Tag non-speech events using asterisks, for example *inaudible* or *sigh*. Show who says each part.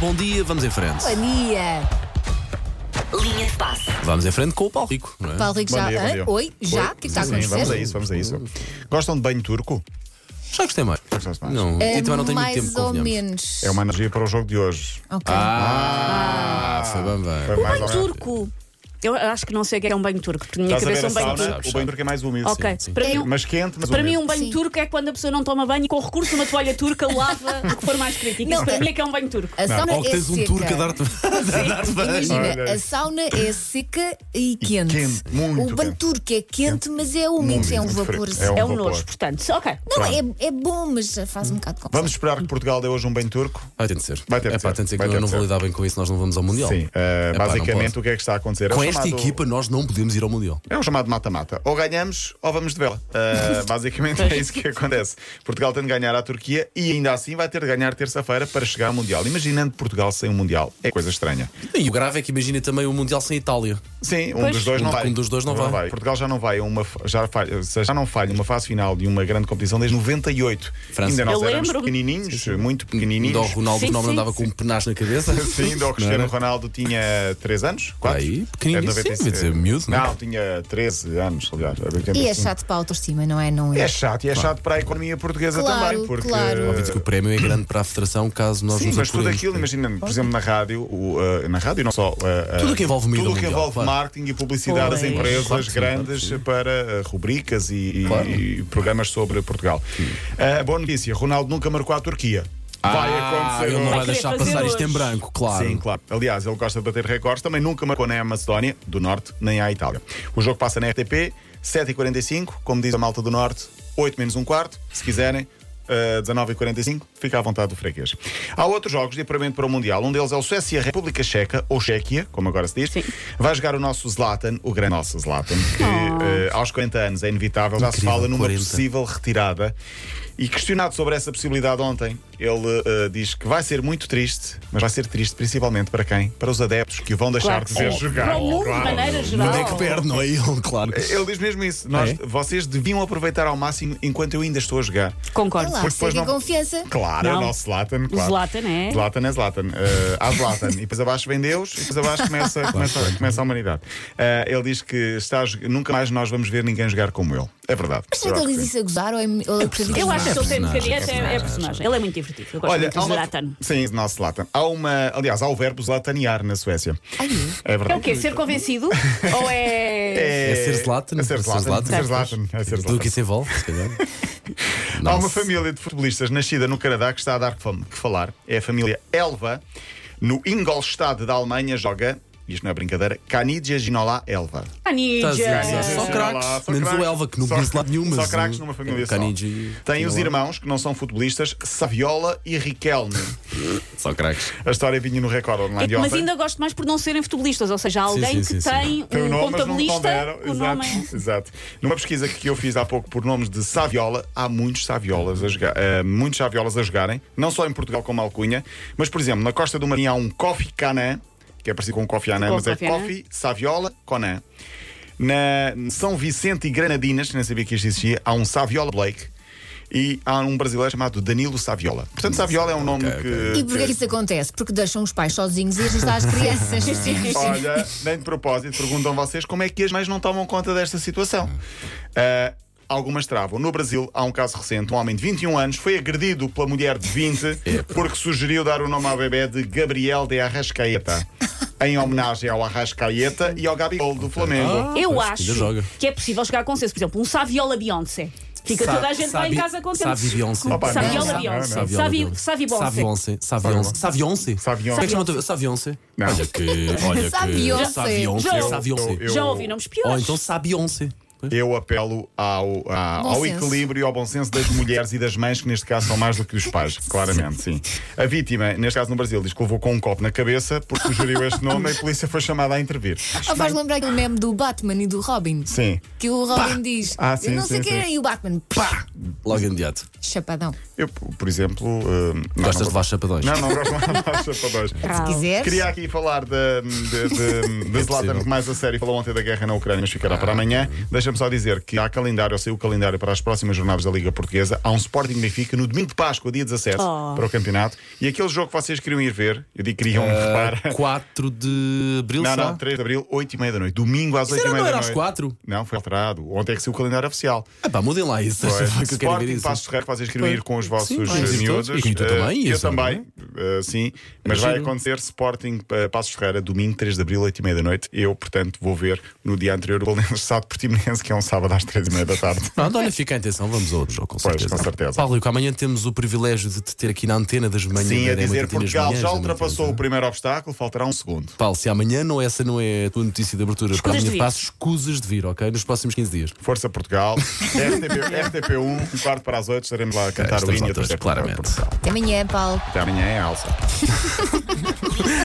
Speaker 1: bom dia, vamos em frente.
Speaker 2: Mania!
Speaker 3: Linha de passe.
Speaker 1: Vamos em frente com o Paulo Rico, não é?
Speaker 2: Paulo Rico
Speaker 4: Bom
Speaker 2: já.
Speaker 4: dia, bom
Speaker 2: Hã?
Speaker 4: dia.
Speaker 2: Oi? Já? O que está a
Speaker 4: Sim, vamos a
Speaker 2: acontecer?
Speaker 4: isso, vamos a isso. Gostam de banho turco?
Speaker 1: Já gostei mais.
Speaker 4: Gostaste mais?
Speaker 1: Não, e também não tenho muito
Speaker 2: É mais
Speaker 1: tempo,
Speaker 2: ou
Speaker 1: convenhamos.
Speaker 2: menos.
Speaker 4: É uma energia para o jogo de hoje.
Speaker 2: Ok.
Speaker 1: Ah, foi bem,
Speaker 4: Foi
Speaker 1: bem.
Speaker 4: mais ou
Speaker 3: Banho
Speaker 4: menos.
Speaker 3: turco. Eu acho que não sei o que é um banho turco, porque na minha
Speaker 4: Estás a ver
Speaker 3: cabeça
Speaker 4: a
Speaker 3: é um banho turco.
Speaker 4: sauna?
Speaker 1: turco.
Speaker 4: O banho turco é mais úmido.
Speaker 3: Ok,
Speaker 4: sim.
Speaker 3: para mim, um-
Speaker 4: Mas quente, mas
Speaker 3: para mim um
Speaker 4: úmido.
Speaker 3: banho
Speaker 2: Sim.
Speaker 3: turco é quando a pessoa não toma banho e com recurso a uma toalha turca
Speaker 2: *laughs*
Speaker 3: lava o que for mais crítico.
Speaker 2: Não,
Speaker 3: Isso para
Speaker 2: é-
Speaker 3: mim é que é um banho turco.
Speaker 2: A sauna
Speaker 1: Ou que
Speaker 2: é
Speaker 1: tens
Speaker 2: seca.
Speaker 1: um turco a dar-te
Speaker 4: *laughs*
Speaker 1: dar banho.
Speaker 2: Imagina,
Speaker 4: Olha.
Speaker 2: a sauna é seca e quente.
Speaker 4: quente, muito
Speaker 2: o banho
Speaker 4: quente.
Speaker 2: turco é quente, mas é úmido,
Speaker 4: Muito,
Speaker 2: é um
Speaker 4: muito frio.
Speaker 2: vapor.
Speaker 4: É um
Speaker 3: É um
Speaker 4: vapor.
Speaker 3: nojo, portanto. Ok.
Speaker 2: Não, é, é bom, mas faz um bocado de confusão.
Speaker 4: Vamos esperar que Portugal dê hoje um banho turco?
Speaker 1: Vai ter de ser.
Speaker 4: Vai ter de
Speaker 1: é, pá,
Speaker 4: ser.
Speaker 1: tem de ser que
Speaker 4: Vai
Speaker 1: eu
Speaker 4: ter de
Speaker 1: não vou
Speaker 4: ser.
Speaker 1: lidar bem com isso, nós não vamos ao Mundial.
Speaker 4: Sim. eh,
Speaker 1: É pá, não
Speaker 4: basicamente,
Speaker 1: posso.
Speaker 4: o que é que está a acontecer? É o
Speaker 1: Com esta
Speaker 4: chamado-
Speaker 1: equipa, nós não podemos ir ao Mundial.
Speaker 4: É o chamado mata-mata. Ou ganhamos ou vamos de vela.
Speaker 1: *laughs*
Speaker 4: Uh, basicamente é isso que acontece. Portugal tem de ganhar à Turquia e ainda assim vai ter de ganhar terça-feira para chegar ao Mundial. Imaginando Portugal sem o Mundial, é coisa estranha.
Speaker 1: E o grave é que imagina também o Mundial sem a Itália.
Speaker 4: Sim, um
Speaker 3: Pois.
Speaker 4: dos dois
Speaker 1: Um-
Speaker 4: não vai.
Speaker 1: um dos dois não vai.
Speaker 4: Portugal já não vai a uma fa- já falha, se já não falha uma fase final de uma grande competição desde 98.
Speaker 1: França.
Speaker 4: Ainda nós
Speaker 3: Eu
Speaker 4: éramos
Speaker 3: lembro.
Speaker 4: pequenininhos,
Speaker 1: Ainda
Speaker 4: muito
Speaker 1: o
Speaker 4: pequenininhos.
Speaker 1: Ronaldo
Speaker 3: Sim,
Speaker 1: não
Speaker 3: sim,
Speaker 1: andava com um penacho na cabeça.
Speaker 4: *laughs*
Speaker 1: é?
Speaker 4: Sim, ainda o Cristiano Ronaldo tinha 3 anos, 4.
Speaker 1: Aí, pequenininho, sim, quer dizer, miúdo, não é?
Speaker 4: Não, tinha 13 anos, aliás.
Speaker 2: E é chato para a autoestima, não é? Não
Speaker 4: É chato e é chato para a economia portuguesa
Speaker 2: Claro,
Speaker 4: também, porque
Speaker 2: claro.
Speaker 1: Óbvio que o prémio é grande para a Federação caso nós
Speaker 4: Sim,
Speaker 1: nos
Speaker 4: mas tudo
Speaker 1: apuremos.
Speaker 4: aquilo, imaginando, por exemplo, na rádio, o, uh, na rádio não só. uh, uh,
Speaker 1: Tudo o que envolve mídia
Speaker 4: tudo o que
Speaker 1: mundial,
Speaker 4: envolve
Speaker 1: claro.
Speaker 4: marketing e publicidade das
Speaker 3: Pois.
Speaker 4: empresas
Speaker 1: Claro que sim, claro
Speaker 4: grandes
Speaker 1: que sim.
Speaker 4: para uh, rubricas e, e-
Speaker 1: Claro.
Speaker 4: e programas sobre Portugal. Uh, boa notícia: Ronaldo nunca marcou a Turquia. Vai
Speaker 1: Ah,
Speaker 4: acontecer um
Speaker 1: ele não
Speaker 4: hoje.
Speaker 1: vai deixar
Speaker 3: Vai
Speaker 1: passar
Speaker 3: fazer
Speaker 1: isto em
Speaker 3: hoje.
Speaker 1: branco, claro.
Speaker 4: Sim, claro. Aliás, ele gosta de bater recordes, também nunca marcou nem à Macedónia do Norte, nem à Itália. O jogo passa na RTP, 7h45, como diz a malta do Norte, 8 menos um quarto, se quiserem. eh, 19h45, fica à vontade do freguês. Há outros jogos de apuramento para o Mundial. Um deles é o Suécia República Checa, ou Chequia, como agora se diz.
Speaker 3: Sim.
Speaker 4: Vai jogar o nosso Zlatan, o grande nosso Zlatan, que eh, aos 40 anos é inevitável, já se
Speaker 1: Oh. Incrível,
Speaker 4: fala numa
Speaker 1: 40.
Speaker 4: possível retirada. E questionado sobre essa possibilidade ontem, ele eh, diz que vai ser muito triste, mas vai ser triste principalmente para quem? Para os adeptos que o vão deixar
Speaker 3: Claro que
Speaker 4: de ver
Speaker 3: sim.
Speaker 4: jogar.
Speaker 3: Para o mundo, de maneira geral.
Speaker 1: Onde é que perde, não é ele, *laughs* claro.
Speaker 4: Ele diz mesmo isso. Nós,
Speaker 1: É?
Speaker 4: Vocês deviam aproveitar ao máximo enquanto eu ainda estou a jogar.
Speaker 2: é
Speaker 3: Concordo.
Speaker 2: lá,
Speaker 4: porque depois
Speaker 2: segue a
Speaker 4: não-
Speaker 2: confiança.
Speaker 4: Claro, é o
Speaker 3: Não.
Speaker 4: nosso Zlatan, claro.
Speaker 3: Zlatan é.
Speaker 4: Zlatan é Zlatan. Eh, há Zlatan. e depois abaixo vem Deus, e depois abaixo começa, começa, começa a humanidade. Eh, ele diz que está a jog- nunca mais nós vamos ver ninguém jogar como ele. É verdade.
Speaker 2: Mas será que
Speaker 4: Eu acho
Speaker 2: ele
Speaker 4: que
Speaker 2: diz
Speaker 4: sim.
Speaker 2: isso a gozar ou é ou acredito
Speaker 3: Eu
Speaker 2: que
Speaker 3: acho que
Speaker 2: não?
Speaker 3: ele tem um bocadinho.
Speaker 1: personagem,
Speaker 3: esse É é personagem. Ele é muito divertido. Eu gosto
Speaker 4: Olha,
Speaker 3: muito
Speaker 4: há
Speaker 3: do
Speaker 4: uma...
Speaker 3: Zlatan.
Speaker 4: Sim, nosso Zlatan. Há uma. Aliás, há o verbo zlatanear na Suécia.
Speaker 2: Ai, é?
Speaker 4: É
Speaker 3: É
Speaker 4: verdade.
Speaker 3: o quê?
Speaker 4: *laughs*
Speaker 3: Ser convencido? Ou é.
Speaker 1: É ser Zlatan?
Speaker 4: É ser Zlatan. É ser Zlatan. É ser
Speaker 1: Tudo o que
Speaker 4: Zlatan.
Speaker 1: isso envolve, se
Speaker 4: *laughs*
Speaker 1: calhar.
Speaker 4: Há
Speaker 1: Nossa.
Speaker 4: uma família de futebolistas nascida no Canadá que está a dar fam- que falar. É a família Elva. No Ingolstadt da Alemanha joga, isto não é brincadeira, Canidia Ginola Elva.
Speaker 3: Ah, ninja.
Speaker 1: Estás a dizer, Só
Speaker 4: Sim,
Speaker 1: craques.
Speaker 4: lá, só
Speaker 1: Menos
Speaker 4: craques.
Speaker 1: o Elva, que não
Speaker 4: Só-
Speaker 1: conheço lado nenhum, mas
Speaker 4: Só craques
Speaker 1: o-
Speaker 4: numa família
Speaker 1: o Canigi-
Speaker 4: só. Tem os
Speaker 1: Ginola.
Speaker 4: irmãos, que não são futebolistas, Saviola e Riquelme.
Speaker 1: Só craques.
Speaker 4: A história vinha no Record Online
Speaker 3: É que-
Speaker 4: de
Speaker 3: mas
Speaker 4: ontem.
Speaker 3: ainda gosto mais por não serem futebolistas, ou seja, há
Speaker 1: Sim,
Speaker 3: alguém
Speaker 1: sim, sim,
Speaker 3: que
Speaker 1: sim.
Speaker 3: tem,
Speaker 4: Tem
Speaker 3: um
Speaker 4: o nome, mas não
Speaker 3: contabilista,
Speaker 4: ponderam.
Speaker 3: o
Speaker 4: Exato,
Speaker 3: nome
Speaker 4: *laughs*
Speaker 3: é-
Speaker 4: exato. Numa pesquisa que eu fiz há pouco por nomes de Saviola, há muitos Saviolas a, jogar, eh, muitos saviolas a jogarem, não só em Portugal como Alcunha, mas, por exemplo, na Costa do Marinho há um Coffee Canã, que é parecido com um Coffee Anã,
Speaker 3: Com
Speaker 4: mas é
Speaker 3: Coffee Anã.
Speaker 4: Coffee Saviola Conã. Na São Vicente e Granadinas, que nem sabia que isto existia, há um Saviola Blake e há um brasileiro chamado Danilo Saviola. Portanto, Saviola é um nome
Speaker 1: Ok,
Speaker 4: que.
Speaker 2: E porquê que isso acontece? Porque deixam os pais sozinhos e ajudar
Speaker 4: *laughs*
Speaker 2: as crianças.
Speaker 4: Olha, nem de propósito, perguntam vocês como é que as mães não tomam conta desta situação. Ah, algumas travam. No Brasil, há um caso recente: um homem de 21 anos foi agredido pela mulher de 20 porque sugeriu dar o nome ao bebê de Gabriel de Arrascaeta, em homenagem ao Arrascaeta e ao Gabigol do Flamengo.
Speaker 3: Eu
Speaker 1: Mas ainda
Speaker 3: acho
Speaker 1: joga.
Speaker 3: que é possível chegar a consenso. Por exemplo, um Saviola Beyoncé. Fica
Speaker 1: Sa-
Speaker 3: toda a gente lá em
Speaker 1: Savi-
Speaker 3: casa contente.
Speaker 1: Savi Beyoncé.
Speaker 4: Opa,
Speaker 3: Saviola
Speaker 4: não, não,
Speaker 3: Beyoncé.
Speaker 4: não, não.
Speaker 3: Savi- Savi Beyoncé.
Speaker 1: Savionce. Savionce. Savionce.
Speaker 4: Savionce.
Speaker 1: Como é que chama o teu- Savionce.
Speaker 4: Não.
Speaker 1: Olha que. Olha que.
Speaker 2: Savionce.
Speaker 1: Savionce.
Speaker 3: João.
Speaker 1: Savionce.
Speaker 4: Eu-
Speaker 3: Já ouvi nomes
Speaker 1: Ou
Speaker 3: piores.
Speaker 1: então Sabionce.
Speaker 4: Eu apelo ao, a-
Speaker 2: Bom
Speaker 4: ao
Speaker 2: senso.
Speaker 4: equilíbrio e ao bom senso das mulheres e das mães, que neste caso são mais do que os pais, claramente, sim. A vítima, neste caso no Brasil, diz que levou com um copo na cabeça porque sugeriu este nome e a polícia foi chamada a intervir.
Speaker 2: Ou faz lembrar aquele meme do Batman e do Robin?
Speaker 4: Sim.
Speaker 2: Que o Robin diz:
Speaker 4: Ah, sim,
Speaker 2: Eu não sei
Speaker 4: sim,
Speaker 2: quem
Speaker 4: sim.
Speaker 2: é, e o Batman, pá!
Speaker 1: Logo em diante.
Speaker 2: Chapadão.
Speaker 4: Eu, por exemplo. hum, não,
Speaker 1: Gostas
Speaker 4: não,
Speaker 1: de levar chapadões? Ah,
Speaker 4: Não, não gosto de levar chapadões.
Speaker 2: Se quiseres.
Speaker 4: Queria aqui falar da- de, de, de Zlatan,
Speaker 1: possível. *laughs* Ah.
Speaker 4: que mais a sério falou ontem da guerra na Ucrânia, mas ficará para amanhã. Deixa Deixa-me só dizer que há calendário, saiu o calendário para as próximas jornadas da Liga Portuguesa. Há um Sporting Benfica no domingo de Páscoa, dia 17,
Speaker 3: Oh.
Speaker 4: para o campeonato. E aquele jogo que vocês queriam ir ver, eu digo
Speaker 1: Eh,
Speaker 4: queriam,
Speaker 1: é
Speaker 4: repara.
Speaker 1: 4 de abril
Speaker 4: Não,
Speaker 1: será?
Speaker 4: não, 3 de abril, 8 e meia da noite. Domingo às 8
Speaker 1: Será
Speaker 4: e meia
Speaker 1: não
Speaker 4: da
Speaker 1: era
Speaker 4: noite.
Speaker 1: às 4?
Speaker 4: Não, foi alterado. Ontem é que saiu o calendário oficial.
Speaker 1: Ah pá, mudem lá isso.
Speaker 4: Pois.
Speaker 1: que *laughs* eu quero ver
Speaker 4: Sporting,
Speaker 1: isso.
Speaker 4: Passos de Ferreira, vocês queriam ir com os vossos
Speaker 1: pois.
Speaker 4: eh,
Speaker 1: Sim,
Speaker 4: miúdos.
Speaker 1: todos. E tu também,
Speaker 4: Eh, eu
Speaker 1: isso,
Speaker 4: também, eh, sim. Mas vai
Speaker 1: giro.
Speaker 4: acontecer Sporting eh, Passos de Ferreira, domingo, 3 de abril, 8 e meia da noite. Eu, portanto, vou ver no dia anterior o *laughs* Belenenses Sado Portimonense, que é um sábado às 3 e meia da tarde.
Speaker 1: Pronto, olha, fica a intenção, vamos a outro jogo, com
Speaker 4: Pois,
Speaker 1: certeza.
Speaker 4: com certeza.
Speaker 1: Paulo Rico, amanhã temos o privilégio de te ter aqui na antena das manhãs.
Speaker 4: *laughs* Sim, a
Speaker 1: da
Speaker 4: dizer
Speaker 1: Manhã, das
Speaker 4: Portugal
Speaker 1: manhãs
Speaker 4: já
Speaker 1: da
Speaker 4: ultrapassou o
Speaker 1: manhã.
Speaker 4: primeiro obstáculo, faltará um segundo.
Speaker 1: Paulo, se amanhã não essa não é a tua notícia de abertura
Speaker 3: Escusas
Speaker 1: para
Speaker 3: de
Speaker 1: amanhã,
Speaker 3: vir.
Speaker 1: faço escusas de vir, ok? Nos próximos 15 dias.
Speaker 4: Força Portugal, RTP, RTP1, um quarto para as 8, estaremos lá a cantar o
Speaker 1: É, estamos
Speaker 4: hino
Speaker 1: lá
Speaker 4: e a
Speaker 1: todos,
Speaker 4: torcer por
Speaker 1: claramente.
Speaker 4: Portugal.
Speaker 2: Até amanhã, Paulo.
Speaker 4: Até amanhã, Elsa.